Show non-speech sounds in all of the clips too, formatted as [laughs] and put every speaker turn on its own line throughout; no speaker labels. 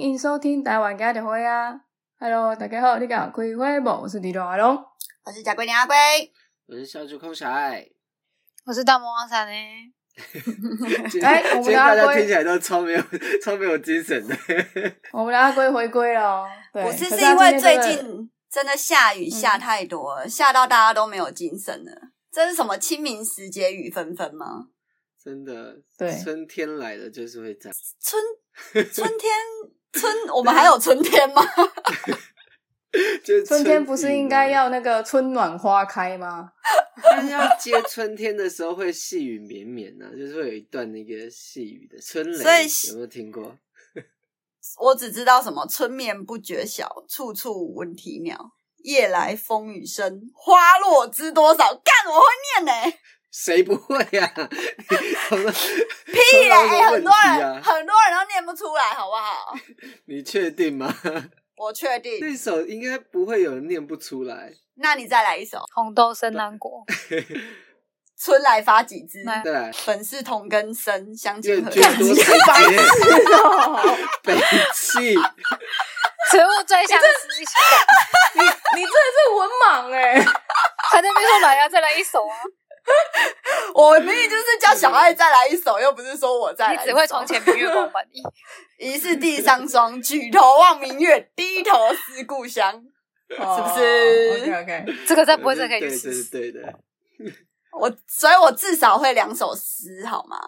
迎收听台湾家的会啊！Hello，大家好，你讲开会不？我是李大龙。
我是贾桂林阿龟，
我是小猪空小爱。
我是大魔王闪呢、
今
哎
天
我们
今天
的阿
大家
龟
听起来都超没有、超没有精神的。
我们的阿龟回归了哦，对，
不是
可
是因
他
为
今天
最
真的
近真的下雨下太多了，下到大家都没有精神了。这是什么清明时节雨纷纷吗？
真的，
对
春天来了就是会这样。
春春天春，我们还有春天吗？ [laughs]
就是
春天不
雨
是
嘛
应该要那个春暖花开吗？
但是要接春天的时候会细雨绵绵呐、就是会有一段那个细雨的春雷，
所以
有没有听过？
我只知道什么春眠不觉晓，处处闻啼鸟。夜来风雨声，花落知多少。干，我会念呢、
谁不会呀、啊？
屁
屁
嘞、欸很多人
啊！
很多人都念不出来，好不好？
你确定吗？ [laughs]
我确定。
那首应该不会有人念不出来。
那你再来一首《
红豆生南国， [laughs]
春来发几枝》。
来
再来，
本是同根生，相
愿
煎何
君
太
多
急？
采撷，
哦
北气。
植物最相思。
[laughs] 你真的是文盲哎、
还在那边说来呀、再来一首啊！
我明明就是叫小爱再来一首，又不是说我 [laughs] 再来
你
一首。
只会床前明月光吧你？
疑是地上霜，举头望明月，低头思故乡。
是
不是
OK OK，
这个再不会再可
呃
以
对
去
这
试
是
试。
对的。
我，所以我至少会两首诗，好吗？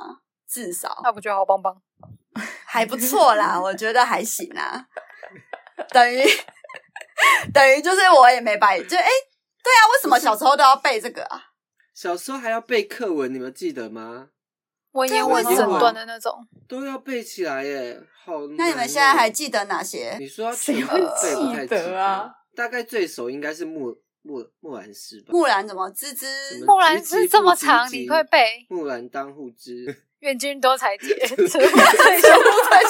至少
那不觉得好棒棒？
还不错
[laughs]
啦，我觉得还行啊。等于 [laughs] 等于就是我也没白，就哎、对啊，为什么小时候都要背这个啊？
小时候还要背课文，你们记得吗？
文言文整段的那种，
都要背起来耶，好难哦。
那你们现在还记得哪些？
你说要
谁
全部
会
背不太
记得啊？
大概最熟应该是木木木兰诗吧。
木兰怎么吱吱
什么
木兰诗这么长，你会背？
木兰当户织，
愿君多采撷，植物最相思。
在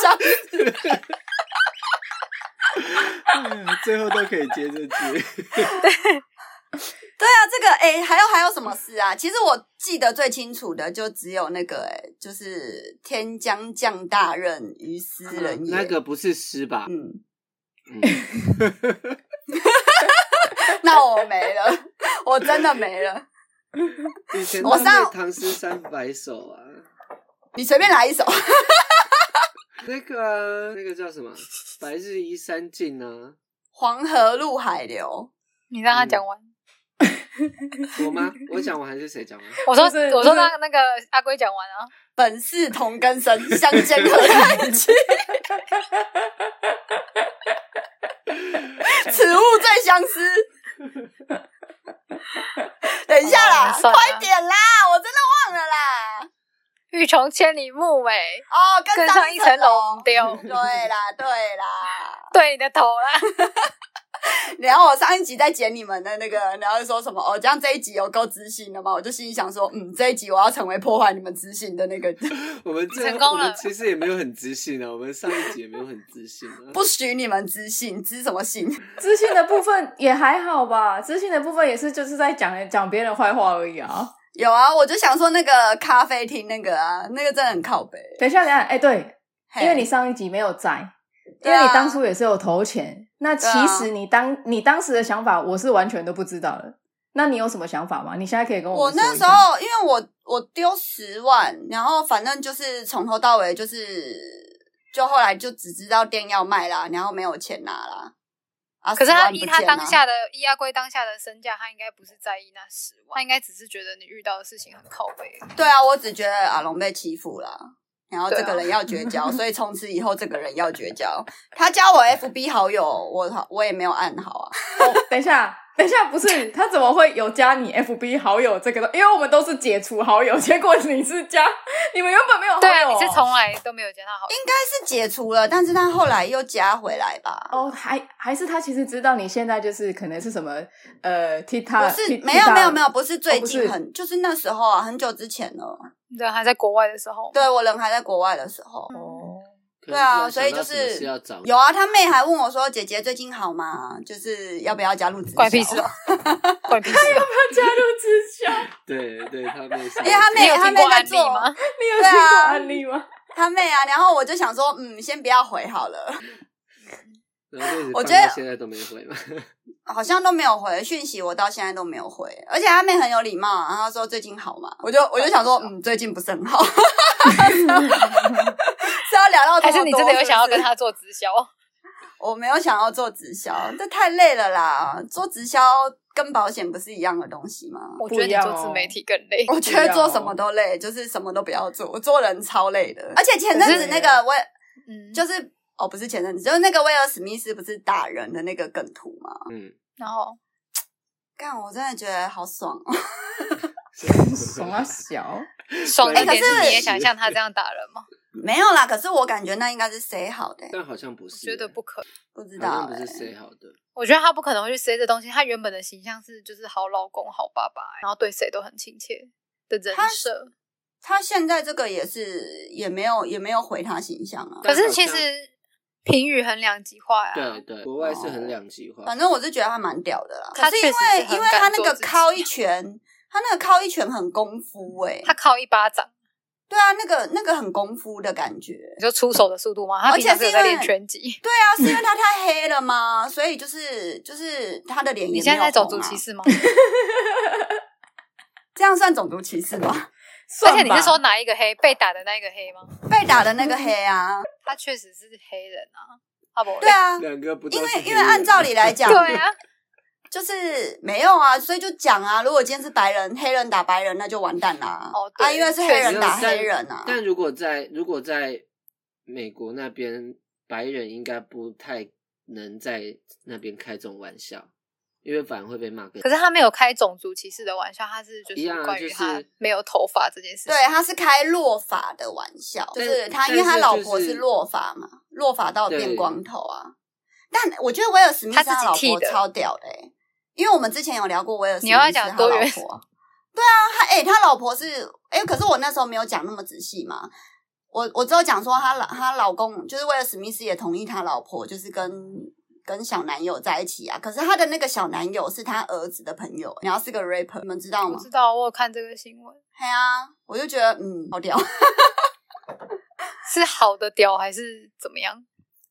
上
[laughs] 最后都可以接这句。
对啊，这个哎、诶还有还有什么事啊？其实我记得最清楚的就只有那个哎、诶就是天将降大任于斯人
[laughs]
也。
啊那个不是诗吧？
嗯，
嗯，
那我没了，我真的没了。
以前
我上
那唐诗三百首啊，
你随便来一首，
那个啊，那个叫
[laughs]
什么？白日依山尽啊，
黄河入海流。
你让他
嗯
讲完。
我吗？我讲完还是谁讲
[laughs]
完？
我说
就是
我说让那个阿龟讲完啊。
本是同根生，相煎何太急。 [laughs] 此物最相思。等一下啦，
好哦算了
快点啦！我真的忘了啦。
欲穷千里目，哎，
哦，
更
更
上
上
一
一
层
层
楼
楼。
[laughs] 丢
对啦，对啦。
对你的头啦。
[laughs] 然后我上一集在剪你们的那个，然后就说什么哦，这样这一集有够知性的吗？我就心里想说，嗯，这一集我要成为破坏你们知性的那个， [laughs]
我们这
成功了
我们其实也没有很自信啊，我们上一集也没有很自信
[laughs]
啊。
不许你们知性，知什么性？
知性的部分也还好吧，知性的部分也是就是在讲讲别人坏话而已啊。
[laughs] 有啊，我就想说那个咖啡厅那个啊，那个真的很靠北，
等一下，等一下，哎、对，
嘿
因为你上一集没有在，因
哎对啊
为你当初也是有投钱，那
对啊
其实你当、你当时的想法，我是完全都不知道的。那你有什么想法吗？你现在可以跟
我
们说
那
一
时
下，
候因为我我丢十万，然后反正就是从头到尾就是就后来就只知道店要卖啦，然后没有钱拿啦。啊，
可是
10
他
万
依
不
他
见啦
当下的依阿龟当下的身价，他应该不是在意那十万，他应该只是觉得你遇到的事情很靠背。
对啊，我只觉得阿龙被欺负了，然后这
对
个
啊
人要绝
[laughs]
交，所以从此以后这个人要绝交。他加我 FB 好友，我好我也没有按好啊。
哦等一下，等一下，不是他怎么会有加你 FB 好友这个东？因为我们都是解除好友，结果你是加，你们原本没有好友、哦
对啊，你是从来都没有见他好
应
友，
该是解除了，但是他后来又加回来吧？
哦，还还是他其实知道你现在就是可能是什么呃踢
不
踏，
是，
踢
没有没有没，有，
踢踏
不是最
哦不
近
是
很，就是那时候啊，很久之前了。
你知道他在国外的时候，
对我人还在国外的时候，
哦， [laughs]
可能
对啊
不知道
所以就
想到什么
是
事要找
有啊，他妹还问我说：“姐姐最近好吗？就是要不要加入直销？”
关你屁事哦，关你屁事哦。
他加入直销，
对对，他们是
因为他
[laughs] 你
妹
有
他
听
妹
过
在
案例
做，
吗？
你有
对
听过
啊
案例吗？ [laughs]
他妹啊，然后我就想说，嗯，先不要回好了。
然后就一直
我
放
觉得
到现在都没回嘛。
好像都没有回讯息，我到现在都没有回。而且阿妹很有礼貌、啊，然后她说最近好吗？我就我就想说，嗯，最近不是很好，是要聊到这
还
么多
是你真的有想要跟？
是
他做直销？
不是我没有想要做直销，这太累了啦。做直销跟保险不是一样的东西吗？
我觉得
不一
你
样
做自媒体更累。
我觉得做什么都累，就是什么都不要做。我做人超累的，而且前阵子那
可
个我也
嗯，就
就是哦，不是前阵子，就是那个威尔史密斯不是打人的那个梗图吗？
嗯，
然后
干，我真的觉得好爽哦！
爽啊小，
爽的
哎可
点是
是
你也想像他这样打人吗？
没有啦，可是我感觉那应该是谁好的、
但好像不
我
是欸，
觉得不可，
不知
好
道、
像不是
欸。
谁好的。
我觉得他不可能会去塞这东西。他原本的形象是就是好老公、好爸爸，然后对谁都很亲切的人
他
设。
他现在这个也是也没有也没有回他形象啊。
可
但
是
好
其
像
实评语很两极化呀、
对啊对，国外是很两极化
哦反。正我是觉得他蛮屌的啦。
他
可是因
确实是
为
很
因为他
敢
那
做
个
自己啊
敲一拳，他那个敲一拳很功夫哎、
他靠一巴掌，
对啊，那个那个很功夫的感觉。
你就出手的速度吗？他
而
平
且
常是
是
有在
因为
练拳击。
对啊，是因为他太黑了
[laughs]
吗？所以就是就是他的脸也
你现在在
没有
种
红
族
啊
歧，视吗？
这样算种族歧视吧？
而且
算
你
吧
是说哪一个黑被打的那一个黑吗？
被打的那个黑啊，
他确实是黑人啊，阿伯
对啊，
两个不都
因为
是黑
因为按
人
照理来讲，
对啊，
就是没有啊，所以就讲啊，如果今天是白人，黑人打白人，那就完蛋啦。
哦对
啊，因为是黑
确
人
实
打
没有但
黑人啊。
但如果在如果在美国那边，白人应该不太能在那边开这种玩笑，因为反而会被骂更
可。是他没有开种族歧视的玩笑，他是就
一样
是
啊
关于
就是
他没有头发这件事情。
对，他是开落法的玩笑，就
但
是他，
但
因为他
是
老
就
婆
是
是落法嘛，落法到变
对
光头啊。但我觉得威尔史密斯
他自
他
己
老
剃
婆
的
超屌的、欸，因为我们之前有聊过威尔史密
你要
斯
讲
他老
多元
婆啊。对啊，他哎、他老婆是哎、可是我那时候没有讲那么仔细嘛。我我只有讲说他老他老公就是威尔史密斯也同意他老婆就是跟跟小男友在一起啊，可是他的那个小男友是他儿子的朋友，然后是个 rapper，你们知道
我
吗？
知道，我有看这个新闻，
嘿啊，我就觉得嗯，好屌。
是好的屌还是怎么样？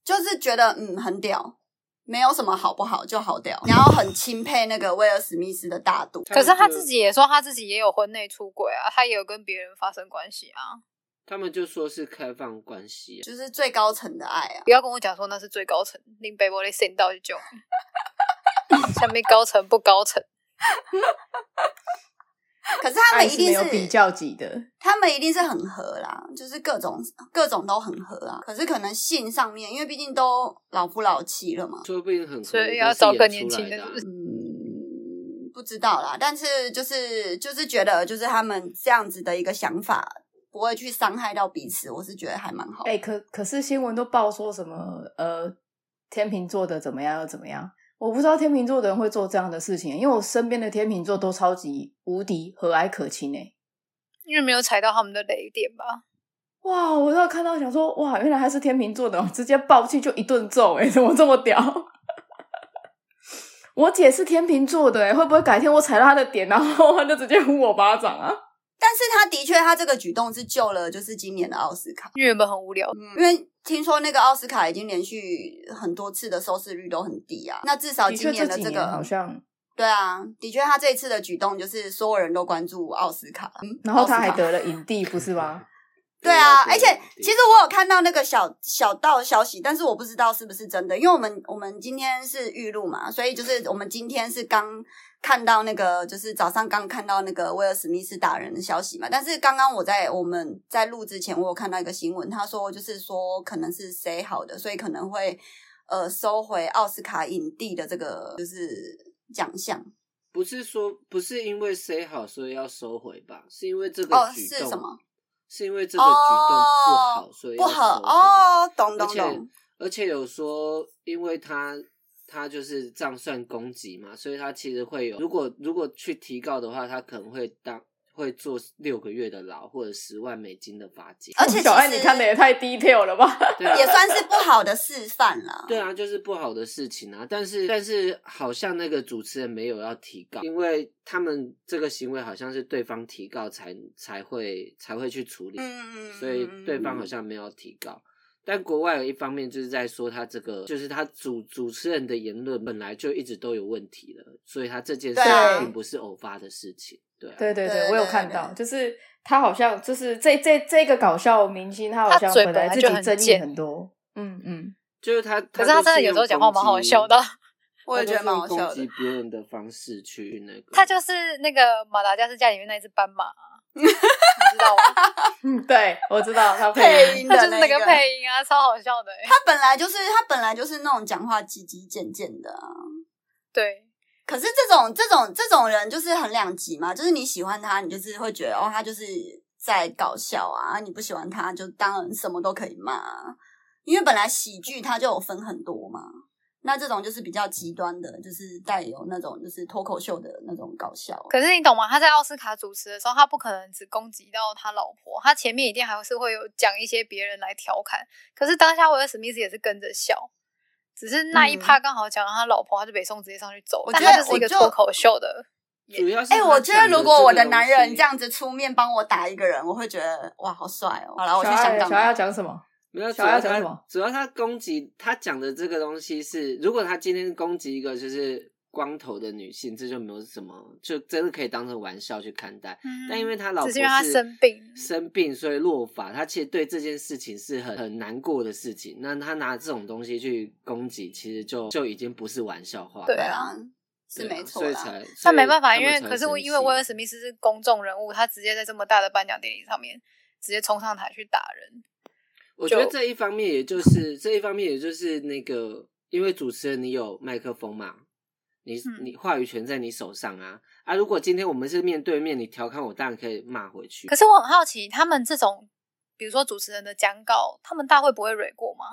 就是觉得嗯很屌，没有什么好不好，就好屌，然后很钦佩那个威尔史密斯的大度。
可是他
就
自，己也说他自己也有婚内出轨啊，他也有跟别人发生关系啊。
他们就说是开放关系、啊，
就是最高层的爱啊！
不要跟我讲说那是最高层，令被我的神到就救。下面高层不高层，
可是他
爱
们一
是没
定
有
是
比较级的，
他们一定是很合啦，就是各种各种都很合啊。可是可能性上面，因为毕竟都老夫老妻了嘛，
说不定很
所以
红
要
都是
找
演
更
出
年轻
来
的
啊
是不是
嗯，不知道啦。但是就是就是觉得就是他们这样子的一个想法，不会去伤害到彼此，我是觉得还蛮好的
哎、可可是新闻都报说什么呃，天秤座的怎么样又怎么样？我不知道天秤座的人会做这样的事情，因为我身边的天秤座都超级无敌和蔼可亲欸诶、
因为没有踩到他们的雷点吧？
哇！我要看到想说，哇，原来他是天秤座的哦，直接暴气就一顿揍诶、怎么这么屌？ [laughs] 我姐是天秤座的诶、欸会不会改天我踩到她的点，然后她就直接呼我巴掌啊？
但是他的确，他这个举动是救了，就是今年的奥斯卡。
因为原本很无聊，
因为听说那个奥斯卡已经连续很多次的收视率都很低啊，那至少
的
今
确，
年的
几
这
年好
个，
像，
对啊，的确他这一次的举动就是所有人都关注奥斯卡，嗯，
然后她还
奥斯卡
得了影帝，不是吗？
对啊，而且
对
其实我有看到那个小小道消息，但是我不知道是不是真的，因为我们我们今天是预录嘛，所以就是我们今天是刚看到那个，就是早上刚看到那个威尔史密斯打人的消息嘛。但是刚刚我在我们在录之前，我有看到一个新闻，他说就是说可能是谁好的，所以可能会呃收回奥斯卡影帝的这个就是奖项。
不是说不是因为 say 好所以要收回吧，是因为这
哦
个举
是
动、
什么？
是因为这个举动不好，
哦
所以
不
要
合
收回
哦，懂
而
懂
且
懂，
而且有说，因为他他就是这样算攻击嘛，所以他其实会有，如果如果去提告的话，他可能会当会坐六个月的牢或者十万美金的罚
[laughs]
金。
而且
小爱
其
你
实
看的也太 detail 了吧？
对啊
也算是不好的示范啦。
[laughs] 对啊，就是不好的事情啊。但是但是好像那个主持人没有要提告，因为他们这个行为好像是对方提告才才会才会去处理，
嗯，
所以对方好像没有提告。但国外有一方面就是在说他这个，就是他主主持人的言论本来就一直都有问题了，所以他这件事
对
啊
并不是偶发的事情。对啊，
[laughs] 对对
对
对，我有
对
看
对
到，就是他好像就是这这这个搞笑明星，他好
他
像
嘴
本
本
来
来
自
就
己
很
争议
贱
很多，嗯嗯，
就是他。
可是他真的有时候讲话蛮好笑的，
我也觉得蛮好笑
他都是
的
用攻击。别人的方式去那个，
他就是那个马达加斯加里面那一只斑马，你知道吗？
嗯，对，我知道他啊
配
配音
音，的
他就是那
个
个配音啊，超好笑的欸。
他本来就是他本来就是那种讲话叽叽贱贱的啊。
对，
可是这种这种这种人就是很两极嘛，就是你喜欢他，你就是会觉得哦，他就是在搞笑啊；你不喜欢他，就当然什么都可以骂、啊，因为本来喜剧它就有分很多嘛。那这种就是比较极端的，就是带有那种就是脱口秀的那种搞笑。啊
可是你懂吗？他在奥斯卡主持的时候，他不可能只攻击到他老婆，他前面一定还是会有讲一些别人来调侃。可是当下威尔史密斯也是跟着笑，只是那一
嗯
趴刚好讲到他老婆，他就北宋直接上去走
我，
但
觉
他
得
就是一个
我就
脱口秀的。
主要是
哎、
他
我觉得
讲的
如果我
这个
的男
东西
人这样子出面帮我打一个人，我会觉得哇，好帅哦！好了，我去
小爱
香港
小爱要
吧。
讲什么？
没有，主
小孩
要
讲
他
什么
主要他攻击他讲的这个东西是，如果他今天攻击一个就是光头的女性，这就没有什么，就真的可以当成玩笑去看待。但因为他老婆
嗯只是因为他
是
生病
生病所以落发，他其实对这件事情是很很难过的事情。那他拿这种东西去攻击，其实就就已经不是玩笑话了。
对
对
啊
啊，是
对啊
没错
所以
啦。
才
那
所以
没办法，
他们
因为
才
可是我
生
因为
气
威尔史密斯是公众人物，他直接在这么大的颁奖典礼上面直接冲上台去打人。
我觉得
就
这一方面，也就是这一方面，也就是那个，因为主持人你有麦克风嘛，你
嗯
你话语权在你手上啊啊！如果今天我们是面对面，你调侃我，当然可以骂回去
可。是我很好奇，他们这种比如说主持人的讲稿，他们大会不会蕊过吗？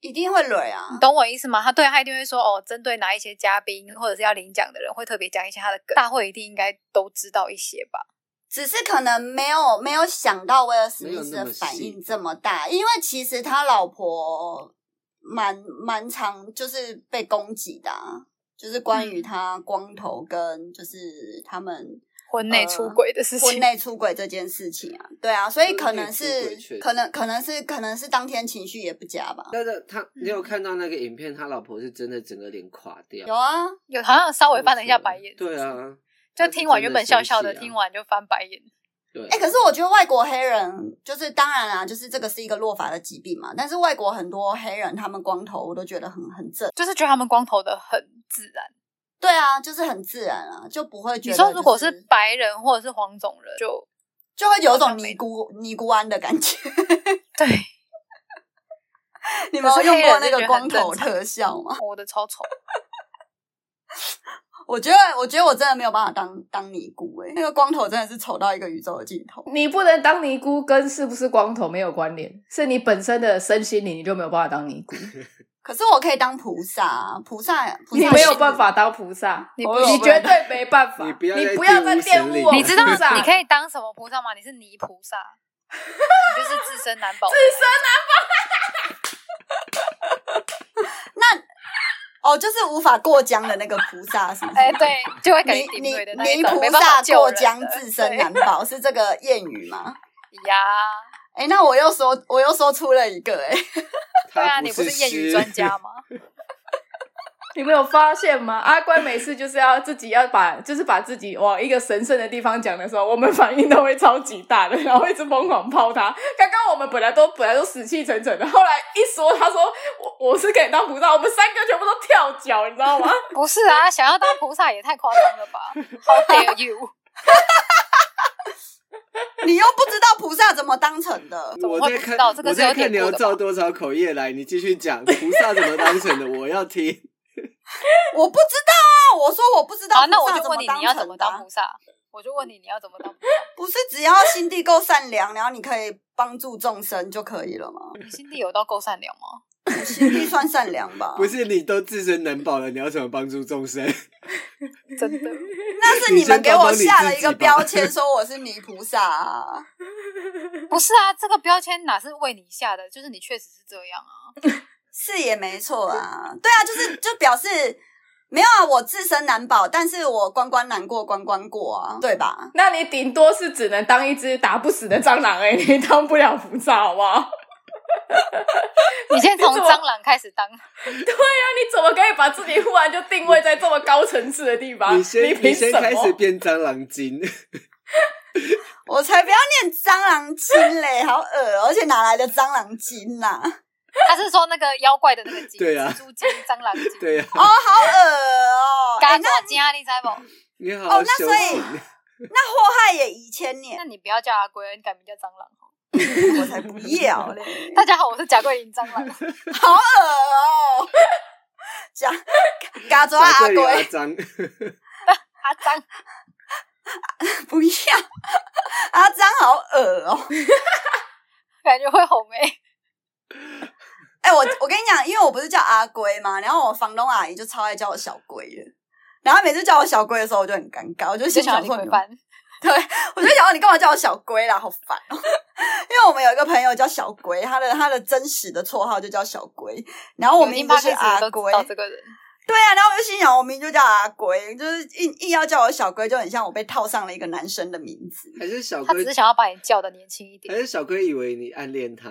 一定会累啊
嗯
你！懂我意思吗？他对他一定会说哦，针对哪一些嘉宾或者是要领奖的人，会特别讲一些他的梗。大会一定应该都知道一些吧？
只是可能没有没有想到威尔史密斯的反应这么大，因为其实他老婆蛮蛮常就是被攻击的、啊，就是关
嗯
于他光头跟就是他们
婚内出轨的事
婚
情，
内出轨这件事情啊，对啊，所以可能
婚内出
是
轨确实
可能可能是可能是当天情绪也不佳吧。
但是他，你有
嗯
看到那个影片，他老婆是真的整个脸垮掉，
有啊，
有好像稍微翻了一下白眼。
对
是不是，
啊，
就听完
他是真的
原本笑笑的，
生气啊
听完就翻白眼。 [laughs]
对啊。
哎、可是我觉得外国黑人就是当然啊，就是这个是一个落法的疾病嘛，但是外国很多黑人他们光头我都觉得很很正。
就是觉得他们光头的很自然。
对啊，就是很自然啊，就不会觉
你
得、
说如果
就是
白人或者是黄种人，就
就会有一
好
种
像没
尼姑尼姑庵的感觉。 [laughs]
对，
你们
可
有
是黑
用过
人
那
就
个
觉得
光
很
头
正常
特效吗？
我的超丑。
我觉得，我觉得我真的没有办法当当尼姑欸诶、那个光头真的是丑到一个宇宙的尽头。
你不能当尼姑，跟是不是光头没有关联，是你本身的身心灵，你就没有办法当尼姑，
可是我可以当菩萨啊，菩萨，菩
你
萨
没有办法当菩萨，
你
不
你
是
绝对没办法，
你
你
不要
不
再
要再玷
玷污神
污
灵
我
你知道
菩萨
你可以当什么菩萨吗？你是泥菩萨，你就是自身难保的。
哦，就是无法过江的那个菩萨，是不是？
哎，对，就会给
尼
顶
尼
对的那一
尼
种，
菩
没办
萨
法救
过
人
江
的
自身
对
难保是这个谚语吗？ [laughs]
呀。
哎、那我又说，我又说出了一个哎、
对啊，
他
你
不
不是谚语
诗
专家？吗？
[laughs]
[laughs] 你没有发现吗？阿关每次就是要自己要把，就是把自己往一个神圣的地方讲的时候，我们反应都会超级大的，然后一直疯狂泡他。刚刚我们本来都本来都死气沉沉的，后来一说他说我我是可以当菩萨，我们三个全部都跳脚，你知道吗？ [laughs]
不是啊，想要当菩萨也太夸
[laughs]
张了吧！How dare you？
你又不知道菩萨怎么当成的，
怎
[laughs]
么
我
会
在
不知
看
道这个
我
是有
在
典
看你
故
要
的
造
吧
多少口业来，你继续讲菩萨怎么当成的，我要听。
我不知道啊，我说我不知道
好，
菩
那我
萨
就
怎
问
么
你，
[laughs] 当
你要怎么
成的啊
当菩萨？我就问你，你要怎么当菩萨？
不是只要心地够善良，然后你可以帮助众生就可以了吗？
你心地有到够善良吗？
心地算善良吧？
不，是你都自身难保了，你要怎么帮助众
[laughs]
生？
真的，
那是你们给我下了一个标签，说我是泥菩萨、啊。
不是啊，这个标签哪是为你下的？就是你确实是这样
[laughs]
啊。
是也没错啊，对啊，就是就表示没有啊，我自身难保，但是我关关难过关关过啊，对吧？
那你顶多是只能当一只打不死的蟑螂而已，你当不了菩萨，好不好？ [laughs]
你先从蟑螂开始 [laughs] 当，
你怎么可以把自己忽然就定位在这么高层次的地
啊
方？
你先
凭
先
什
开始
么？
变蟑螂精， [laughs]
我才不要念蟑螂精嘞，好恶哦，而且哪来的蟑螂精呐、哦
他是说那个妖怪的
[laughs]
那个精，
对啊
蜘蛛精、蟑螂精，
对呀、
哦，好恶
[laughs]
哦！哎、
嘎
那
爪精啊，你知不？
你好
哦
好
那
休
所以
息。
那祸害也一千年，
那你不要叫阿龟，你改名叫蟑螂。
我才不要嘞！
大家好，我是贾桂林蟑螂。
好恶哦！讲嘎抓
贾
阿
桂林阿
龟，
张，
阿张，
不要阿张，好恶哦！
感觉会红哎、
哎、我我跟你讲，因为我不是叫阿龟嘛，然后我房东阿姨就超爱叫我小龟的，然后每次叫我小龟的时候，我就很尴尬，我就
就
心
想
想哦
你
说
会
你，
翻，
我就想说你干嘛叫我小龟啦，好烦哦、 [laughs] 因为我们有一个朋友叫小龟，他的他的真实的绰号就叫小龟，然后我名
听
字
p
是
o
阿
都
龟
知，道这个人，
对啊，然后我就心想，我名就叫阿龟，就是硬硬要叫我小龟，就很像我被套上了一个男生的名字。
还是小
他只
龟
是？想要把你叫的年轻一
还
点。
是小龟以为你暗恋他，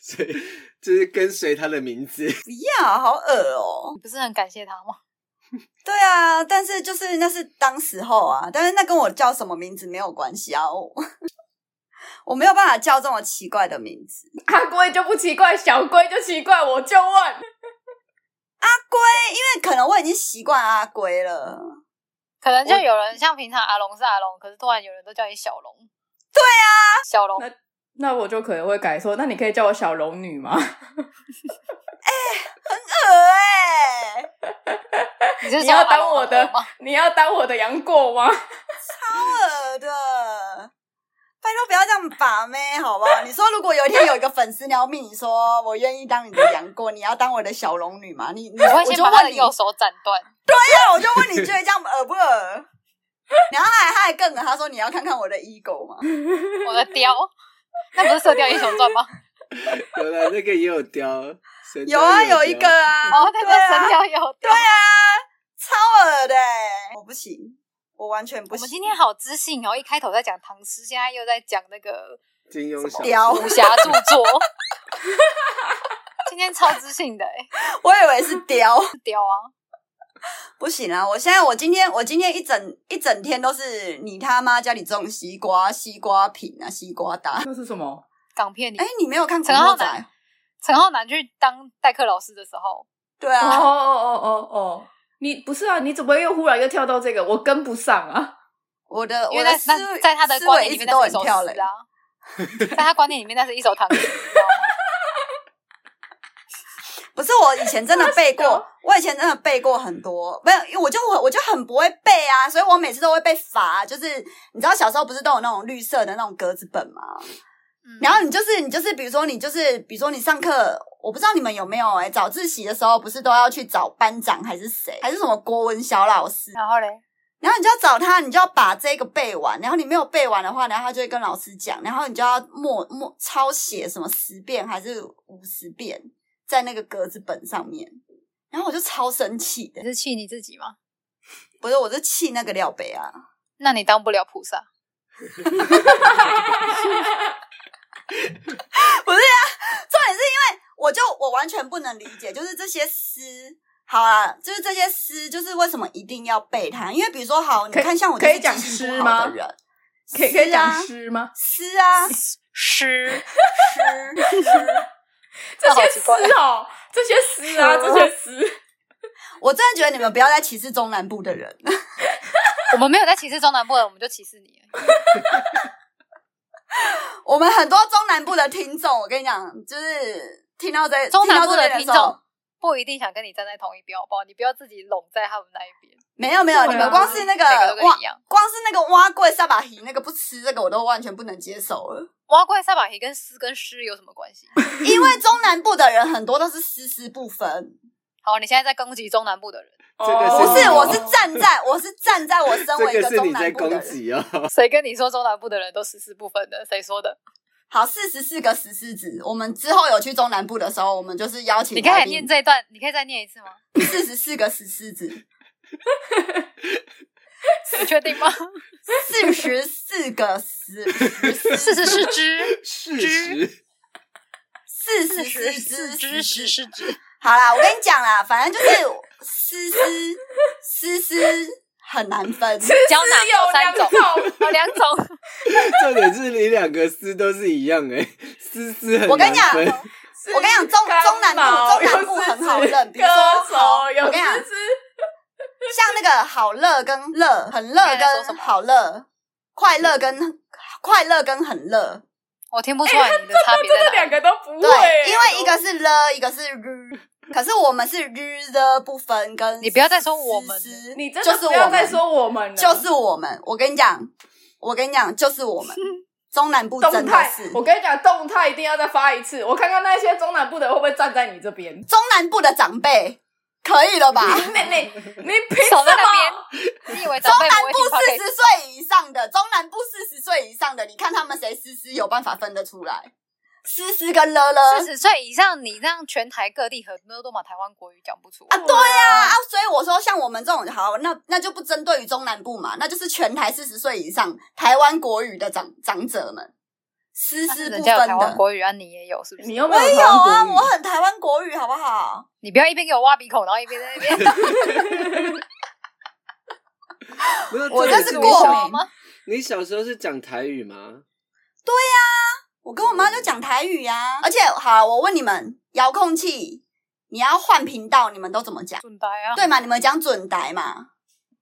所以就是跟随他的名字。
不要，好恶哦、
你不是很感谢他吗？
对啊，但是就是那是当时候啊，但是那跟我叫什么名字没有关系啊，我我没有办法叫这么奇怪的名字。
阿龟就不奇怪，小龟就奇怪，我就问。
对，因为可能我已经习惯阿龟了。
可能就有人像平常阿龙是阿龙，可是突然有人都叫你小龙。对啊，小龙
那那我就可能会改说，那你可以叫我小龙女吗？ [laughs]
恶哎、
你是
你
说
要
阿
当
龙
我
的
的
吗？，
你要当我的杨过吗？
超恶的。拜托不要这样把妹，好不好？你说如果有一天有一个粉丝撩命，你说我愿意当你的杨过，你要当我的小龙女吗？你你
我会
我
先
就
把他
问
的
你，
右手斩断。
我就问你，觉得这样恶不恶？ [laughs] 然后他还他还更恶，他说你要看看我的 ego 吗？
我的雕，那不是《射雕英雄传》吗？
有了那个也有雕，神雕
有啊，
也有
有一个
雕
啊，
哦，那个
对啊
神雕也有
对。
雕
啊，超恶的欸、我不行，我完全不
我
行。
们今天好知性哦，一开头在讲唐诗，现在又在讲那个
金庸小
雕
说
武侠著作。今天超知性的哎、
我以为是雕，
是雕啊！
不行啊！我现在我今天我今天一整一整天都是你他妈家里种西瓜、西瓜品啊、西瓜大。
那是什么？
港片里
哎、你没有看《古
陈浩
惑仔
南》？陈浩南去当代课老师的时候，
对
哦
啊，
哦哦哦哦，你不是啊？你怎么又忽然又跳到这个？我跟不上啊！
我的
因为
我
那
的思
那
维
在他的
思
观
维
念
一
里
直
面
都
那是
很
一首
跳嘞
诗。啊，在他观念里面那是一首唐诗，你啊知道吗
不是我以前真的背
我知道
过，我以前真的背过很多，没有，因为我就我我就很不会背啊，所以我每次都会被罚。就是你知道小时候不是都有那种绿色的那种格子本吗？
嗯
然后你就是你就是，比如说你就是，比如说你上课，我不知道你们有没有哎、早自习的时候不是都要去找班长还是谁，还是什么国文小老师，
然后嘞，
然后你就要找他，你就要把这个背完，然后你没有背完的话，然后他就会跟老师讲，然后你就要默默抄写什么十遍还是五十遍在那个格子本上面，然后我就超生气的
你，是气你自己吗？
不是，我就气那个廖北啊，
那你当不了菩萨，
啊重点是因为我就我完全不能理解，就是这些诗，好啦，就是这些诗，就是为什么一定要背它？因为比如说，好，你
可以
看像我
可以
就是
讲
记性
诗
不好
吗
的人，
可以可以
诗啊
讲诗吗？
诗啊，
诗
诗诗。
这
好
些
奇怪
诗哦， [laughs] 这些诗啊，
哦
这些诗。
我真的觉得你们不要再歧视中南部的人。 [laughs]
我们没有在歧视中南部人，我们就歧视你。
呃我们很多中南部的听众，我跟你讲，就是听到这
中南
听
部
到这
的
边
听
时候
众不一定想跟你站在同一边，好不好？你不要自己拢在他们那一边。
没有没有，
对啊
你们光是那个
每个都跟
挖
你一样，
光是那个挖柜萨巴提那个不吃这个，我都完全不能接受了。
挖怪萨把黑跟诗跟诗有什么关系？
因为中南部的人很多都是丝丝不分，
好，你现在在攻击中南部的人，
哦
这个
不
是
是，
你
我是站在我是站在我身为一
这个是
中
你在
南部
攻
的人，
击哦。
谁跟你说中南部的人都十四不分的？谁说的？
好，四十四个石狮子，我们之后有去中南部的时候，我们就是邀请
你刚
来
才
宾
念这一段，你可以再念一次吗？
四十四个石狮子，
你确定
[laughs]
吗？
四十四个石
四十四只，
事实，
四四
四
十
四
只
只
狮子
石狮子，
好啦，我跟你讲啦，反正就是思思思思很难分，
胶囊有三种，
有两
有两种。
重点是你两个丝都是一样哎、丝丝很
我跟你讲
难分
我跟你讲中中南部中南部很好认比如说好
歌手有
我跟你讲
狮子
像那个好乐跟乐很乐
你刚才说什
跟
么
好乐，快乐跟快乐跟很乐，
我听不出来你的差别
真的
在哪
两
里。
个都不会欸，
对，因为一个是了，一个是日，可是我们是日的不分跟，
你不要再说我们了
思
你真
就
的
是
不
我
要
们
再说我们了，
就是我们，我跟你讲，我跟你讲，就是
[laughs]
我们中南部真
动
的
态
是。。
我跟你讲，动态一定要再发一次，我看看那些中南部的会不会站在你这边。
中南部的长辈，可以了吧？中
那那你凭什
守在
么？
那边，你以为长辈
南
不会
部
听话可
四
以
十岁以上的，中南部四十岁以上的，你看他们谁思思有办法分得出来？思思跟乐乐
四十岁以上，你让全台各地很多都把台湾国语讲不出来
啊，对啊啊，所以我说像我们这种好，那那就不针对于中南部嘛，那就是全台四十岁以上台湾国语的长长者们，思
但
思
是
不
人
分
家有台湾
的。
国语啊，你也有是不是
你？又没
我也有
有
啊，
韩
我
国语
很台湾国语，好不好？
你不要一边给我挖鼻孔，然后一边在那边
没有
我
重
这
点
是
是
你
你
过
小
小
敏
吗？
你小时候是讲台语吗？
我跟我妈就讲台语呀、而且好，我问你们，遥控器你要换频道，你们都怎么讲？
准呆啊！
对嘛？你们讲准台嘛？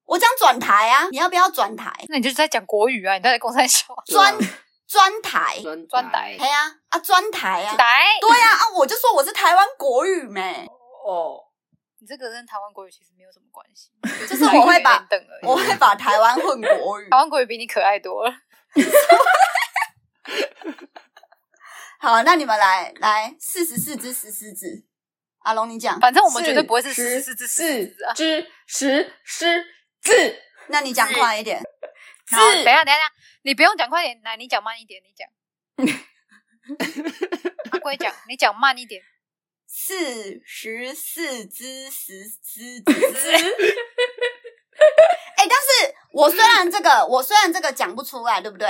我讲转台啊，你要不要转台？
那你就是在讲国语啊，你到底公山小啊
对啊
专专台？
专欸
专台
哎呀啊，专台啊！
呆？
对呀啊，我就说我是台湾国语没，
哦，
你这个跟台湾国语其实没有什么关系，
就是我会把
等而已。
我会把台湾混国语
台。湾国语比你可爱多了。
好，那你们来来四十四只石狮子，阿龙你讲，
反正我们绝对不会是
十
十四只
四
四啊。
只十狮子
那你讲快一点。
然后
是
等一下，等一下，你不用讲快点，来，你讲慢一点，你
[laughs]
讲。阿龟讲，你讲慢一点。
四十四只石狮子。哎、但是我虽然这个，我虽然这个讲不出来，对不对？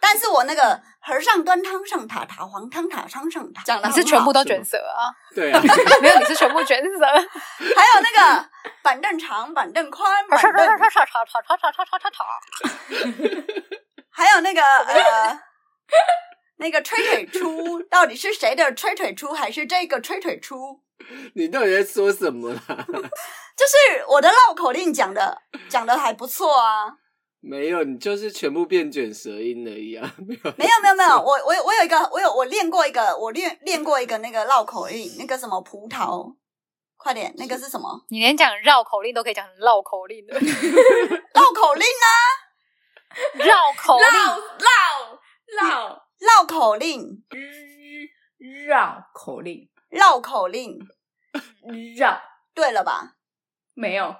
但是我那个和尚端汤上塔，塔黄汤塔汤上塔，讲的
你是全部都
是吗
卷舌啊？
[laughs] 对啊， [laughs]
没有，你是全部卷舌。
还有那个板凳长、板凳宽、板
叉叉叉
凳，
叉叉叉叉叉叉叉叉叉。
还有那个呃，那个吹腿出，到底是谁的吹腿出，还是这个吹腿出？
你到底在说什么啊啦？
就是我的绕口令讲的，讲的还不错啊。
[laughs] 没有，你就是全部变卷舌音而已啊， [laughs] 没有。
没有没有没有，我我有我有一个，我有我练过一个，我练练过一个那个绕口令，那个什么葡萄，快点，那个是什么
你连讲绕口令都可以讲成绕口令的，
绕口令啊？
绕口
绕
令
绕绕
绕口令，
嗯绕口令
绕口令，
绕
对了吧？
没有，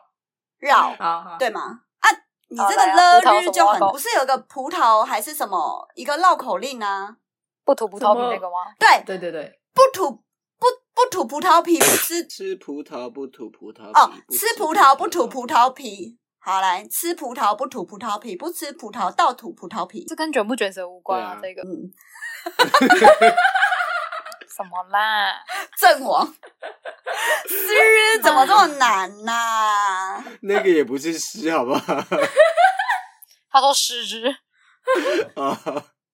绕，
好好
对吗？啊，你这个
好来啊
了
葡萄
日
什么
就很，
挖沟
不是有个葡萄还是什么一个绕口令啊？
不吐葡萄皮那个吗？
对，
对对对，
不吐不不吐葡萄皮，不吃
吃葡萄不吐葡萄皮，
哦，
不
吃葡萄不吐葡萄皮。好来，吃葡萄不吐葡萄皮，不吃葡萄倒吐葡萄皮。
这跟卷不卷舌无关啊，
对
这个
嗯，
嗯
[laughs] 什么啦？
阵亡。诗怎么这么难呐、
那个也不是诗，好不好？ [laughs]
他说失之，
啊，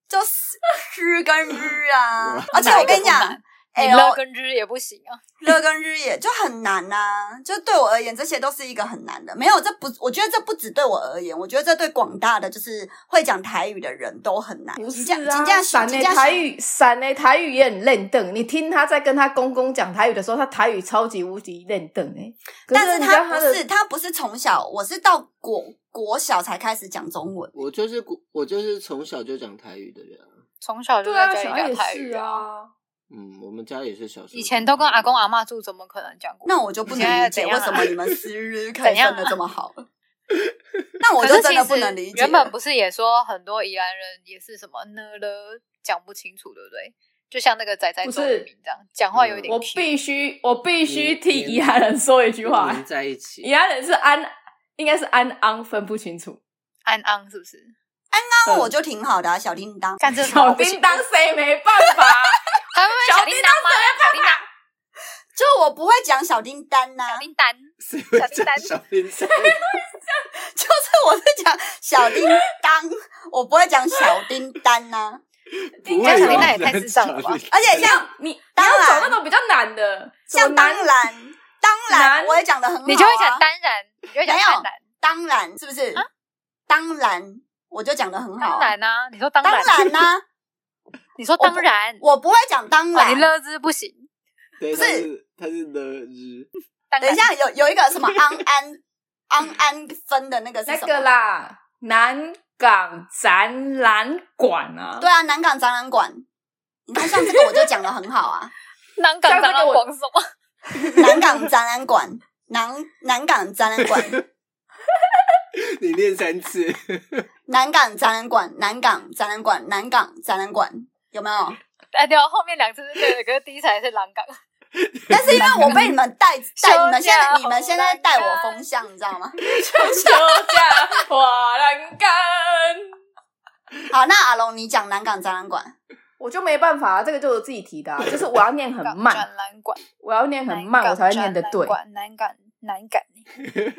就诗跟日啊
哇，
而且我跟你
哪一个
讲
不，
哎
你
呦，
乐跟之也不行啊。
乐跟日也就很难呐、就对我而言，这些都是一个很难的。没有，这不，我觉得这不只对我而言，我觉得这对广大的就是会讲台语的人都很难。
不
真
是
正
啊
真正，
闪
真
的
正
台语，闪的台语也很认凳。你听他在跟他公公讲台语的时候，他台语超级无敌认凳哎。可
但是
你知道
他
他
不
的
是，他不是从小，我是到国国小才开始讲中文。
我就是古我就是从小就讲台语的人啊。
从小就
对
在
啊，
家里
小孩
讲
也
台
是
语。
啊，
嗯，我们家也是小时候
以前都跟阿公
讲
阿妈住，怎么可能讲过？
那我就不能
现在
理解
怎
为
样啊
什么你们
[laughs]
私日可以
怎样
分
啊
的这么好
[laughs]
了。那我
可
就是真
其
的不
实
能理解了。
原本不是也说很多宜兰人也是什么呢了讲不清楚，对不对？就像那个仔仔
不
周
是
渝民这样，讲话有一
嗯
点
我
偏
必须我必须替
你你
宜兰人说一句
台语
话
黏，在一起
宜，兰人是安，应该是安昂分不清楚。
安安是不是？嗯
那我就挺好的、啊，小叮当。
干这
[laughs] 小叮当谁没办法？
还会不会
小
小
叮
叮
当
当吗？小叮当，
就我不会讲小叮当啊呐、
小叮当，
嗯
谁会
小叮
讲
当
小叮当？
就是我是讲小叮当，我不会讲小叮当呐、
[laughs]
不
讲
会
小
有
叮当
也太
人
智障
讲
了吧
小叮
而且
[laughs]
像
你你
当
要
然
找那种比较难的，什
像
么
当
难
然当
难
然，我也讲的很好、啊，
你就会讲当然，你就会讲
没有
当然，
当然是不是？当然，我就讲的很好、
当然啊，你说当
当
然，
然啊呐、
你说当然，
我不会讲当
哦
然。
你乐之不行，
对，
不
他
是
是他是的日，
当然
等一下，有有一个什 [laughs] 么安安安安分的那个是
那
什么？
个啦，南港展览馆啊，
对啊，南港展览馆。你看，像这个我就讲的很好 [laughs] 啊。
南港
像这
蟑
个
螂
我
广什么？ [laughs]
南港展览馆，南南港展览 [laughs] 馆，
你念三次，
南港展览馆，南港展览馆，南港展览馆，有没 [laughs] 有？
哎，对哦，后面两次是对的，可是第一次还是南港。
但是因为我被你们带带，你们现
休假
在你们现在带我
好难
风向，你知道吗？
休假花栏杆，
好，那阿龙，你讲南港展览馆，
我就没办法、啊，这个就是我自己提的、啊，就是我要念很
南港
慢，
展览馆
我要念很慢，我才会念得对。
南港南港
啊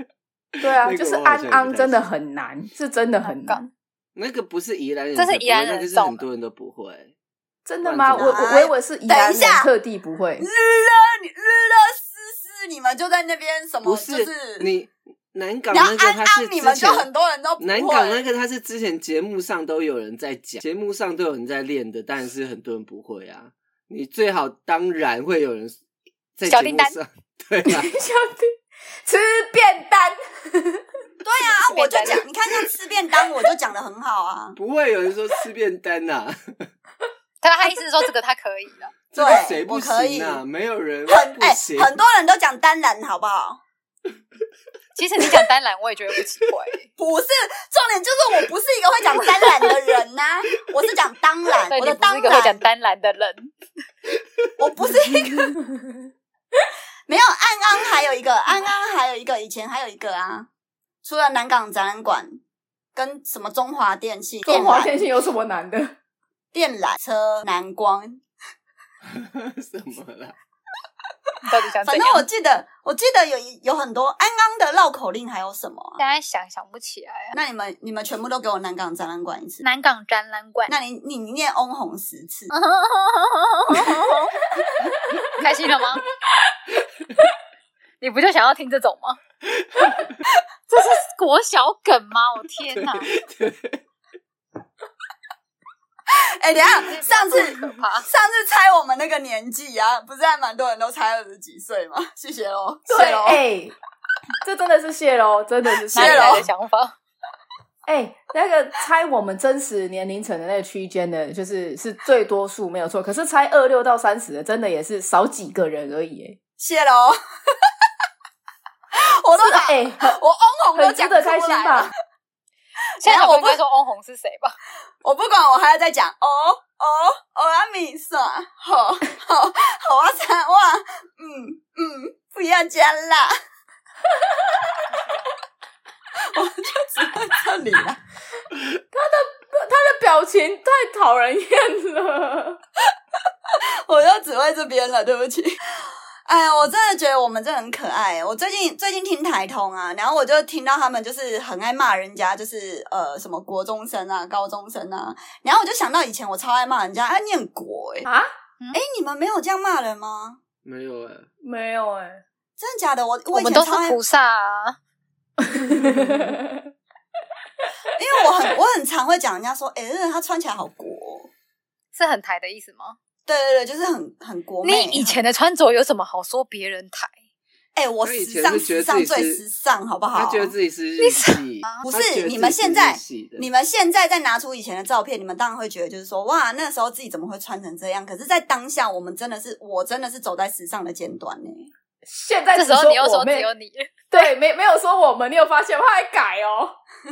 [laughs] 对啊，
那个
就是
我好
安
像也不太
安真的
行
很难，是真的很难
南港，
[laughs] 那个不是宜兰人
这
才
是
不会，
宜兰
那
人
个是
造
很
的
多人都不会。
真的吗？
不
我我
然
怎么
我以为是宜兰
哎等一
人
下
特地不会 [laughs]
日，啊了你日了思思，你们就在那边什么？
不
哦就是
你南港
然后
那个
安
他是
安，
之
你们就
前
很多人都不
南港那
会。啊
个他是之前节目上都有人在讲，节目上都有人在练的，但是很多人不会啊。你最好当然会有人在
小
节
叮
目
当
上， [laughs] 对啊，
小弟吃便当，
啊，我就讲，你看像吃便当，我就讲的很好
[laughs]
啊。
不会有人说吃便当呐、啊，
[laughs]
[laughs]
他他意思是说这个他可以了，
这个
对
谁不
我可以
行啊？没有人
很
不
哎、
行，
很多人都讲单人，好不好？
其实你讲当然我也觉得不奇
[laughs]
怪。欸
不是，重点就是我不是一个会讲单人的人呐、我是讲当然，
[laughs] 对
我
你
的
不是
当
一个会讲
然，
当然的人，
我不是一
[laughs]
个。没有安安，还有一个安安，还有一个以前还有一个啊，除了南港展览馆跟什么中华电信、
中华
电缆
电信有什么
[laughs]
难的？
电缆车、南光，
[laughs] 什么啦？
你到底想怎
反
样
正？我记得，我记得有一有很多安安的绕口令，还有什么啊、
现在想想不起来啊。
那你们你们全部都给我南港展览馆一次。
南港展览馆，
那你你你念翁红十次，
[laughs] 开心了吗？
[laughs]
你不就想要听这种
[laughs]
吗？这是国小梗吗？我天哪，
哎、等一下上次
可怕！
上次猜我们那个年纪啊，不是还蛮多人都猜二十几岁吗？谢谢喽，
对，
谢喽。
[laughs] 哎、这真的是谢喽，真的是谢
哪里来
喽
的。想法？
哎、那个猜我们真实年龄层的那个区间的，就是是最多数没有错，可是猜二六到三十的，真的也是少几个人而已、哎
谢喽。我都把
哎、很
[laughs] 我翁红都
很
讲
值
不出
得开心
来了
吧？？
现在
我
我
不
不该说翁虹是谁吧？
我不管，我还要再讲哦哦哦阿米算，好好好啊惨哇，嗯嗯，不要加辣。 [laughs] 我就只到这里了。
他的表情太讨人厌了。 [laughs]
我就只会这边了，对不起。哎呀，我真的觉得我们真的很可爱。我最近最近听台通啊，然后我就听到他们就是很爱骂人家，就是呃什么国中生啊、高中生啊，然后我就想到以前我超爱骂人家，爱念国哎、欸、
啊
哎、你们没有这样骂人吗？
没有哎、
没有哎、
真的假的？我
我
以
们
前
都是
超爱，因
菩萨啊！
为我很我很常会讲人家说，哎、欸，他穿起来好国哦、
是很台的意思吗？
对对对，就是很很国
你
妹。
以前的穿着有什么好说别人台？
哎、我
他以
时
前
尚
是觉得
时
自
尚
己
最
是
时尚，好不好？
他觉得自己是日系，
不
他觉
是
得
你们
自己
现在
日系的
你们现在再拿出以前的照片，你们当然会觉得就是说，哇，那时候自己怎么会穿成这样？可是，在当下，我们真的是，我真的是走在时尚的尖端欸呢、
[laughs] 现在
这
只
时候你又
我
说只
妹
有你， [laughs]
对，没没有说我们，你有发现吗他还改
[laughs]
哦？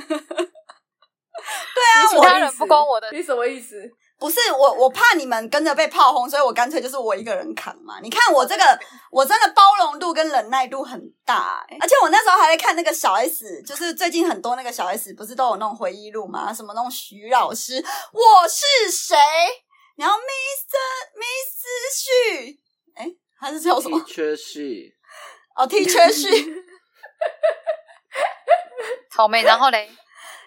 对啊，
其
我
他人不关我的
你什么意思？
不是我，我怕你们跟着被炮轰，所以我干脆就是我一个人扛嘛。你看我这个，我真的包容度跟忍耐度很大、欸，而且我那时候还在看那个小 S，就是最近很多那个小 S 不是都有那种回忆录嘛，什么那种徐老师，我是谁？然后 Mr. Mrs. 旭，哎，他是叫什么？
缺是
哦，Teacher 旭。
草莓，然后嘞，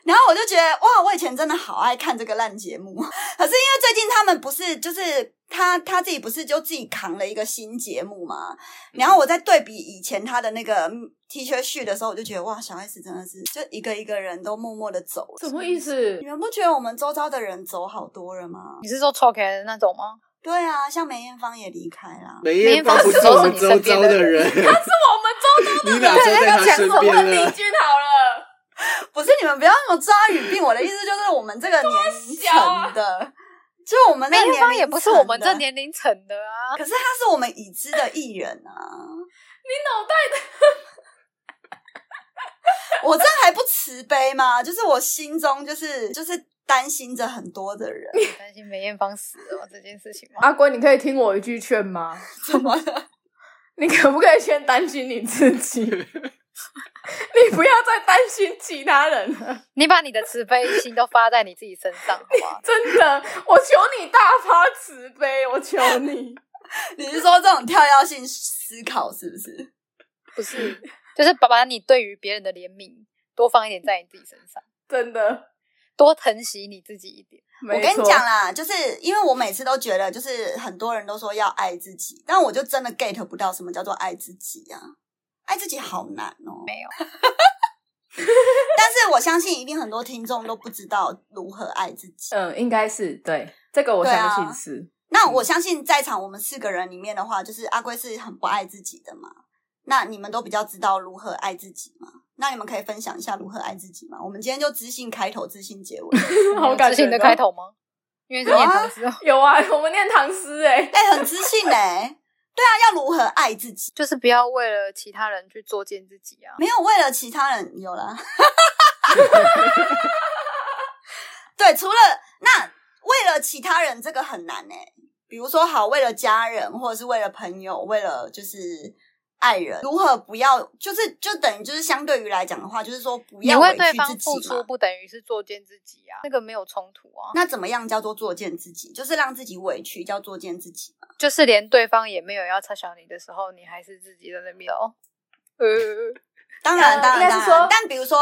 然后我就觉得哇，我以前真的好爱看这个烂节目，可是因为最近他们不是就是他他自己不是就自己扛了一个新节目嘛，
嗯
然后我在对比以前他的那个 T 恤序的时候，我就觉得哇，小 S 真的是就一个一个人都默默的走了，
什么意？思
你？们不觉得我们周遭的人走好多了吗？
你是说 talk 的那种吗？
对啊，像梅艳芳也离开啦，
梅艳芳不是我们周遭的人，
我
你哪时候在他身
们周
边
问李
了？
俊好了，
不是你们不要那么抓语病，我的意思就是我们这个年
小啊
层的，就我们
梅
那个
艳芳
年
也
龄
不是
层
我们这
的
年龄层的啊，
可是他是我们已知的艺人啊！
你脑袋
[laughs] 我这还不慈悲吗？就是我心中就是就是担心着很多的人，
你担心梅艳芳死了这件事情吗？
阿关，你可以听我一句劝吗？
怎么了？
[laughs] 你可不可以先担心你自己？ [laughs] 你不要再担心其他人了，？
你把你的慈悲心都发在你自己身上，好吗
真的，我求你大发慈悲，我求你。
[laughs] 你是说这种跳跃性思考是不是？
不是，就是把把你对于别人的怜悯多放一点在你自己身上，
真的，
多疼惜你自己一点。
我
我跟你讲，
啊
啦，就是因为我每次都觉得，就是很多人都说要爱自己，但我就真的 get 不到什么叫做爱自己啊！爱自己好难哦。
没有，
[laughs] 但是我相信一定很多听众都不知道如何爱自己。
嗯，应该是对这个，我
对啊
相信是。
那我相信在场我们四个人里面的话，就是阿龟是很不爱自己的嘛。那你们都比较知道如何爱自己嘛？那你们可以分享一下如何爱自己吗？我们今天就知性开头，知性结尾。
好感
自信
人
的
哦
开头吗？因为是念唐诗，哦
[laughs] 有啊，我们念唐诗哎、
哎、很知性哎、对啊，要如何爱自己？
就是不要为了其他人去作践自己啊。
没有为了 [laughs] 其他人有啦。对，除了那为了其他人这个很难哎、比如说好，为了家人，或者是为了朋友，为了就是爱人，如何不要就是就等于就是相对于来讲的话，就是说不
你
要
为
委
对
屈
方
自
付
己
出，
嘛。
不等于是作践自己啊，那个没有冲突啊，
那怎么样叫做作践自己？就是让自己委屈，叫作践自己嘛。
就是连对方也没有要插小你的时候，你还是自己在那边哦。呃，
当然，
呃
当
应
然，
该
当
是
然
说。
但比如说，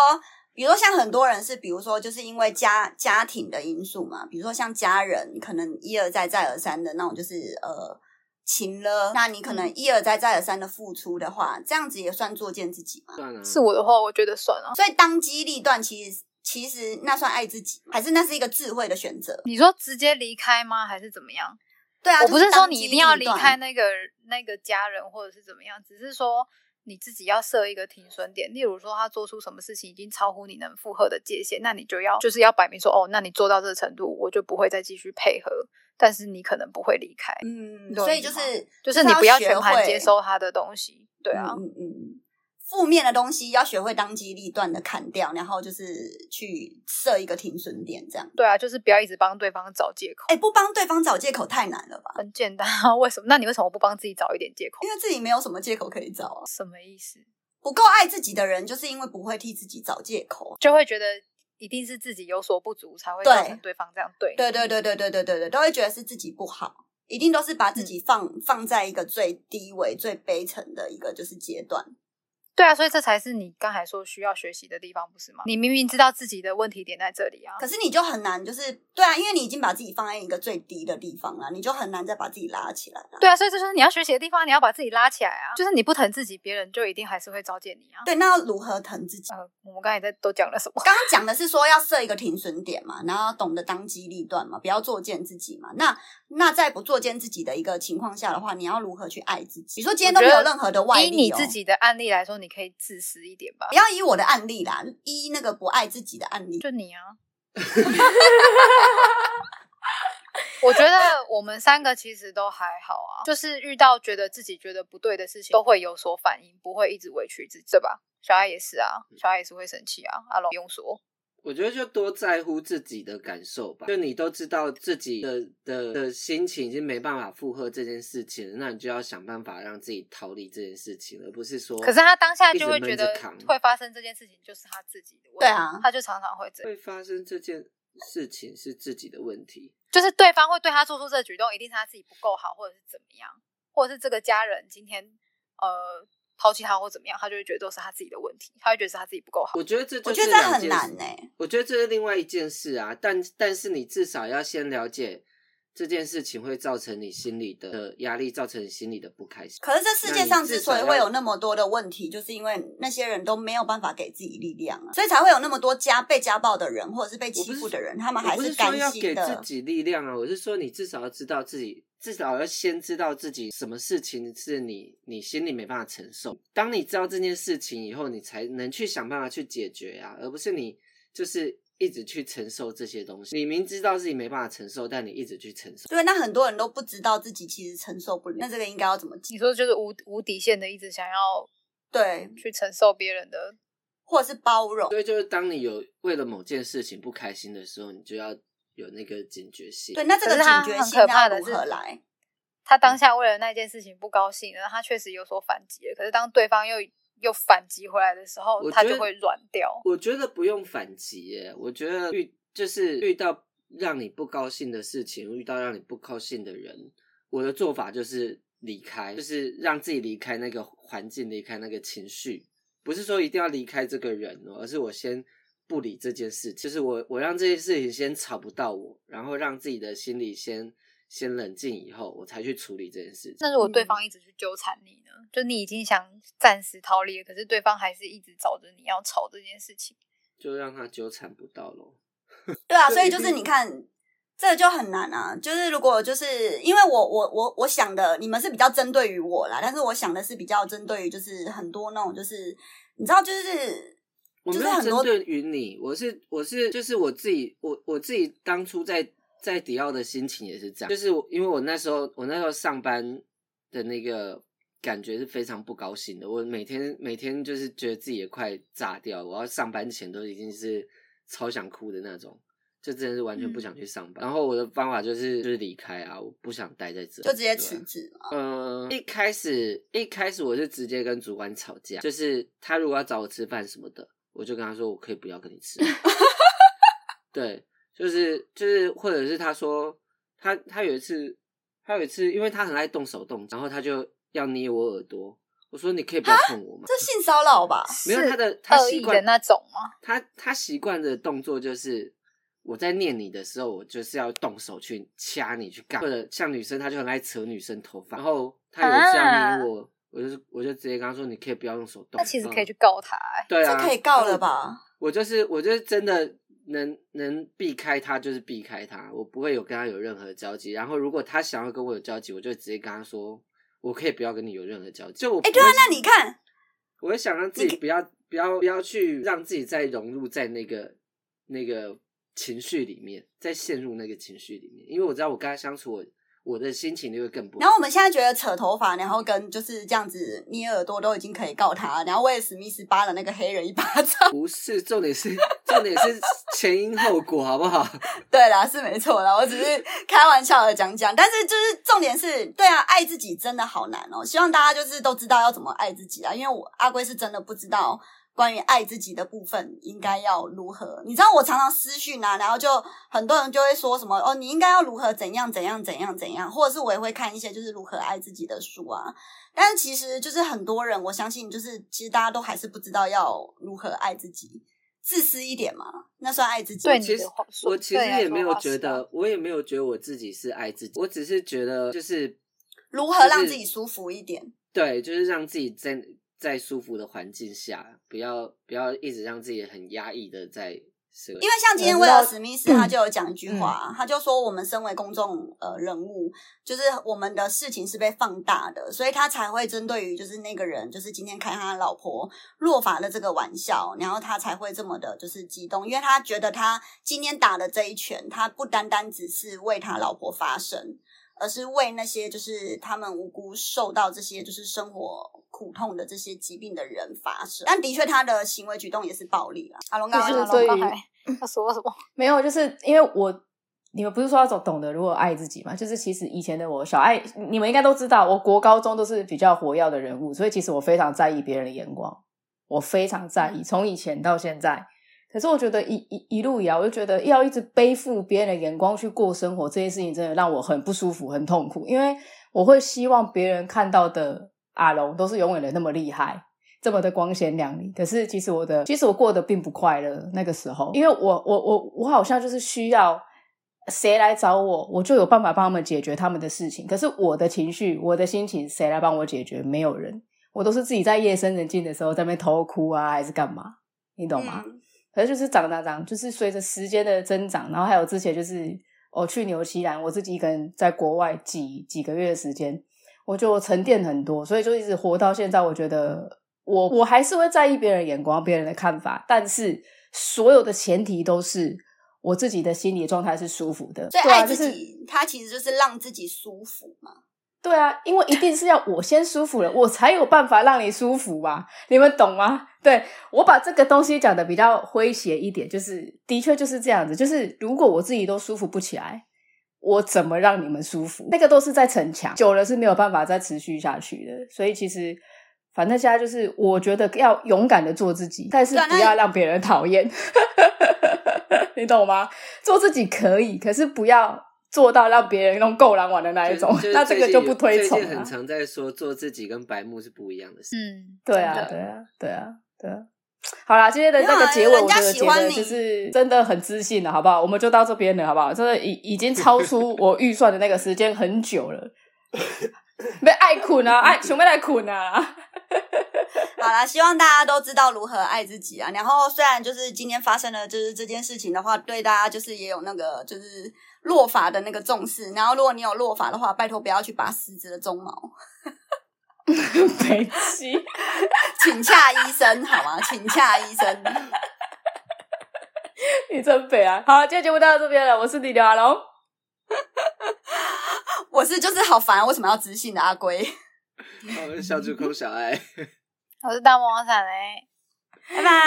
比如说像很多人是，比如说就是因为家家庭的因素嘛，比如说像家人，可能一而再、再而三的那种，就是呃。情了，那你可
嗯
能一而再、再而三的付出的话，这样子也算作践自己嘛？
算了，
是我的话，我觉得算啊了。
所以当机立断，其实其实那算爱自己吗，还是那是一个智慧的选择？
你说直接离开吗？还是怎么样？
对啊，
我不
就是
说
当
你一
机
定要
立
离
断
开那个那个家人或者是怎么样，只是说你自己要设一个停损点。例如说他做出什么事情已经超乎你能负荷的界限，那你就要就是要摆明说哦，那你做到这个程度，我就不会再继续配合，但是你可能不会离开，
嗯，
你
所
懂我
以
意
就
思
是
吗就是你不
要
要
学
全盘
会
接收他的东西。对啊，
嗯嗯嗯嗯，负面的东西要学会当机立断的砍掉，然后就是去设一个停损点，这样。
对啊，就是不要一直帮对方找借口。
哎，不帮对方找借口太难了吧？
很简单啊，为什么？那你为什么不帮自己找一点借口
因？为自己没有什么借口可以找啊。
什么意思？
不够爱自己的人，就是因为不会替自己找借口。
就会觉得一定是自己有所不足，才会造
对
成对方这样对你。
对对对对对对对对，都会觉得是自己不好，一定都是把自己放、放在一个最低微、最悲沉的一个就是阶段。
对啊，所以这才是你刚才说需要学习的地方，不是吗？你明明知道自己的问题点在这里啊，
可是你就很难，就是对啊，因为你已经把自己放在一个最低的地方了，你就很难再把自己拉起来了。
对啊，所以这就是你要学习的地方，你要把自己拉起来啊。就是你不疼自己，别人就一定还是会糟践你啊。
对，那要如何疼自己？
呃，我们刚才在都讲了什么？
刚刚讲的是说要设一个停损点嘛，然后要懂得当机立断嘛，不要作践自己嘛。那那在不作践自己的一个情况下的话，你要如何去爱自己？比如说今天都没有任何的外力、哦，
以你自己的案例来说，你可以自私一点吧
不。要以我的案例啦，依那个不爱自己的案例。
就
[laughs]
你啊。我觉得我们三个其实都还好啊，就是遇到觉得自己觉得不对的事情，都会有所反应，不会一直委屈自己，对吧？小爱也是啊，小爱也是会生气啊，阿龙不用说，
嗯我觉得就多在乎自己的感受吧。就你都知道自己的的的心情已经没办法负荷这件事情了，那你就要想办法让自己逃离这件事情，而不是说。
可是他当下
一直
就会
闷
觉
着
得
扛
会发生这件事情就是他自己的问题，
对啊
他就常常会这样。
会发生这件事情是自己的问题。
就是对方会对他做出这个举动，一定是他自己不够好，或者是怎么样，或者是这个家人今天呃抛弃他或怎么样，他就会觉得都是他自己的问题，他会觉得是他自己不够好。
我觉得这就
我
是
觉得这
两
很
件
难欸
事
呢、
我觉得这是另外一件事啊，但但是你至少要先了解这件事情会造成你心里的压力，造成你心里的不开心。
可是这世界上之所以
那你至少要
会有那么多的问题，就是因为那些人都没有办法给自己力量啊，所以才会有那么多家被家暴的人或者是被
我
欺
不是
负的人，他们
我
还
不是
甘
说要
心
给
的
自。己力量啊，我是说你至少要知道自己，至少要先知道自己什么事情是你你心里没办法承受。当你知道这件事情以后，你才能去想办法去解决啊，而不是你就是一直去承受这些东西。你明知道自己没办法承受，但你一直去承受。
对，那很多人都不知道自己其实承受不了，那这个应该要怎么解？
你说就是无无底线的，一直想要
对，
去承受别人的，
或者是包容。
所以就是当你有为了某件事情不开心的时候，你就要有那个警觉性。
对，那这个
可是他
警觉
很
性
可怕
要
的
如
是
何来？
他
嗯
当下为了那件事情不高兴，然后他确实有所反击了。可是当对方又又反击回来的时候，
我
他
觉
就
得
会软掉。
我觉得不用反击耶，我觉得遇就是遇到让你不高兴的事情，遇到让你不高兴的人，我的做法就是离开，就是让自己离开那个环境，离开那个情绪。不是说一定要离开这个人哦，而是我先不理这件事情，就是我我让这件事情先吵不到我，然后让自己的心里先先冷静以后，我才去处理这件事情。
那如果对
嗯
方一直去纠缠你呢？就你已经想暂时逃离了，可是对方还是一直找着你要吵这件事情。
就让他纠缠不到喽。
对啊，
对
所以
一
就是
嗯
定
你看，这就很难啊。就是如果就是因为我我我我想的，你们是比较针对于我啦，但是我想的是比较针对于就是很多那种就是你知道就是
我没
就是
有
很
针
多
对于你，我是我是就是我自己，我我自己当初在在迪奥的心情也是这样，就是我因为我那时候我那时候上班的那个感觉是非常不高兴的，我每天每天就是觉得自己也快炸掉，我要上班前都已经是超想哭的那种。就真的是完全
嗯
不想去上班，然后我的方法就是就是离开啊，我不想待在这，
就直接
对啊
辞职嘛。
嗯，一开始一开始我是直接跟主管吵架，就是他如果要找我吃饭什么的，我就跟他说我可以不要跟你吃。对，就是就是，或者是他说他他有一次他有一次，因为他很爱动手动脚，然后他就要捏我耳朵，我说你可以不要碰我吗？
这性骚扰吧？
没有
是
他的他
恶
习
意
惯
的那种吗？
他他习惯的动作就是我在念你的时候，我就是要动手去掐你去干，或者像女生，她就很爱扯女生头发，然后她有一次要
啊
捏我，我就是我就直接跟她说，你可以不要用手动，
那其实可以去
嗯
告他、欸。
对
这
啊，
可以告了
嗯
吧？
我就是我就是真的能能避开他，就是避开他，我不会有跟他有任何交集。然后如果他想要跟我有交集，我就直接跟他说，我可以不要跟你有任何交集。就我
哎、
不
对啊
会，
那你看，
我会想让自己不要不要不要去让自己再融入在那个那个情绪里面，再陷入那个情绪里面，因为我知道我跟他相处，我我的心情就会更不好。
然后我们现在觉得扯头发，然后跟就是这样子捏耳朵都已经可以告他，然后为了史密斯扒了那个黑人一巴掌。
不是重点是重点是前因后果，好不
[laughs]
好？
对啦，是没错啦，我只是开玩笑的讲讲，但是就是重点是，对啊，爱自己真的好难哦。希望大家就是都知道要怎么爱自己啊，因为我阿龟是真的不知道关于爱自己的部分应该要如何。你知道我常常私讯啊，然后就很多人就会说什么哦，你应该要如何怎样怎样怎样怎样，或者是我也会看一些就是如何爱自己的书啊。但是其实就是很多人，我相信就是其实大家都还是不知道要如何爱自己，自私一点嘛，那算爱自己。
对
其
你
实
的话说，
我其实
对啊
也没有觉，
说话是
得，我也没有觉得我自己是爱自己，我只是觉得就是
如何让
就是
自己舒服一点？
对，就是让自己在在舒服的环境下，不要不要一直让自己很压抑的在生活。
因为像今天
我
威
知道嗯
尔史密斯他就有讲一句话啊、他就说我们身为公众呃人物，就是我们的事情是被放大的，所以他才会针对于就是那个人，就是今天开他老婆落法的这个玩笑，然后他才会这么的就是激动，因为他觉得他今天打的这一拳，他不单单只是为他老婆发声。而是为那些就是他们无辜受到这些就是生活苦痛的这些疾病的人发声，但的确他的行为举动也是暴力了。阿龙刚
就
刚
是
讲
啊
到
对于
我刚才 [laughs] 要说什么？
[laughs] 没有，就是因为我你们不是说要懂懂得如何爱自己嘛？就是其实以前的我小爱，你们应该都知道，我国高中都是比较活跃的人物，所以其实我非常在意别人的眼光，我非常在意，从以前到现在。可是我觉得一一一路以来，我就觉得要一直背负别人的眼光去过生活，这件事情真的让我很不舒服、很痛苦。因为我会希望别人看到的阿龙都是永远的那么厉害，这么的光鲜亮丽。可是其实我的，其实我过得并不快乐。那个时候，因为我我我我好像就是需要谁来找我，我就有办法帮他们解决他们的事情。可是我的情绪、我的心情，谁来帮我解决？没有人，我都是自己在夜深人静的时候在那边偷哭啊，还是干嘛？你懂吗？
嗯
可是就是长长长，就是随着时间的增长，然后还有之前就是我、哦去纽西兰，我自己一个人在国外几几个月的时间，我就沉淀很多，所以就一直活到现在。我觉得我我还是会在意别人的眼光、别人的看法，但是所有的前提都是我自己的心理状态是舒服的。
所以
对啊
爱自
就是
己，它其实就是让自己舒服嘛。
对啊，因为一定是要我先舒服了，我才有办法让你舒服嘛，你们懂吗？对我把这个东西讲的比较诙谐一点，就是的确就是这样子，就是如果我自己都舒服不起来，我怎么让你们舒服？那个都是在逞强，久了是没有办法再持续下去的。所以其实，反正现在就是我觉得要勇敢的做自己，但是
对啊那
不
你
要让别人讨厌， [laughs] 你懂吗？做自己可以，可是不要。做到让别人弄够狼玩的那一种
就，
那这个就不推崇啊
最近
了、
很常在说做自己跟白目是不一样的
[laughs]
事。
嗯，
对
真
啊，
的
对啊，对啊，对啊。好啦，今天的
没有
那
啊
个结尾，
人
我
家
觉得
喜
觉
欢
得
你
就是真的很自信了，好不好？我们就到这边了，好不好？真的已已经超出我预算的那个时间很久了。没爱困啊，爱熊妹来困啊！ [laughs]
好啦，希望大家都知道如何爱自己啊。然后虽然就是今天发生了就是这件事情的话，对大家就是也有那个就是落发的那个重视。然后如果你有落发的话，拜托不要去拔狮子的鬃毛，
北七，
请洽医生好吗？请洽医生，
你真北啊！好，今天节目到这边了，我是你的阿龙，
我是就是好烦，啊为什么要知性的阿龟？
哦我是小主控小爱。
我是大魔王伞哎、
拜拜。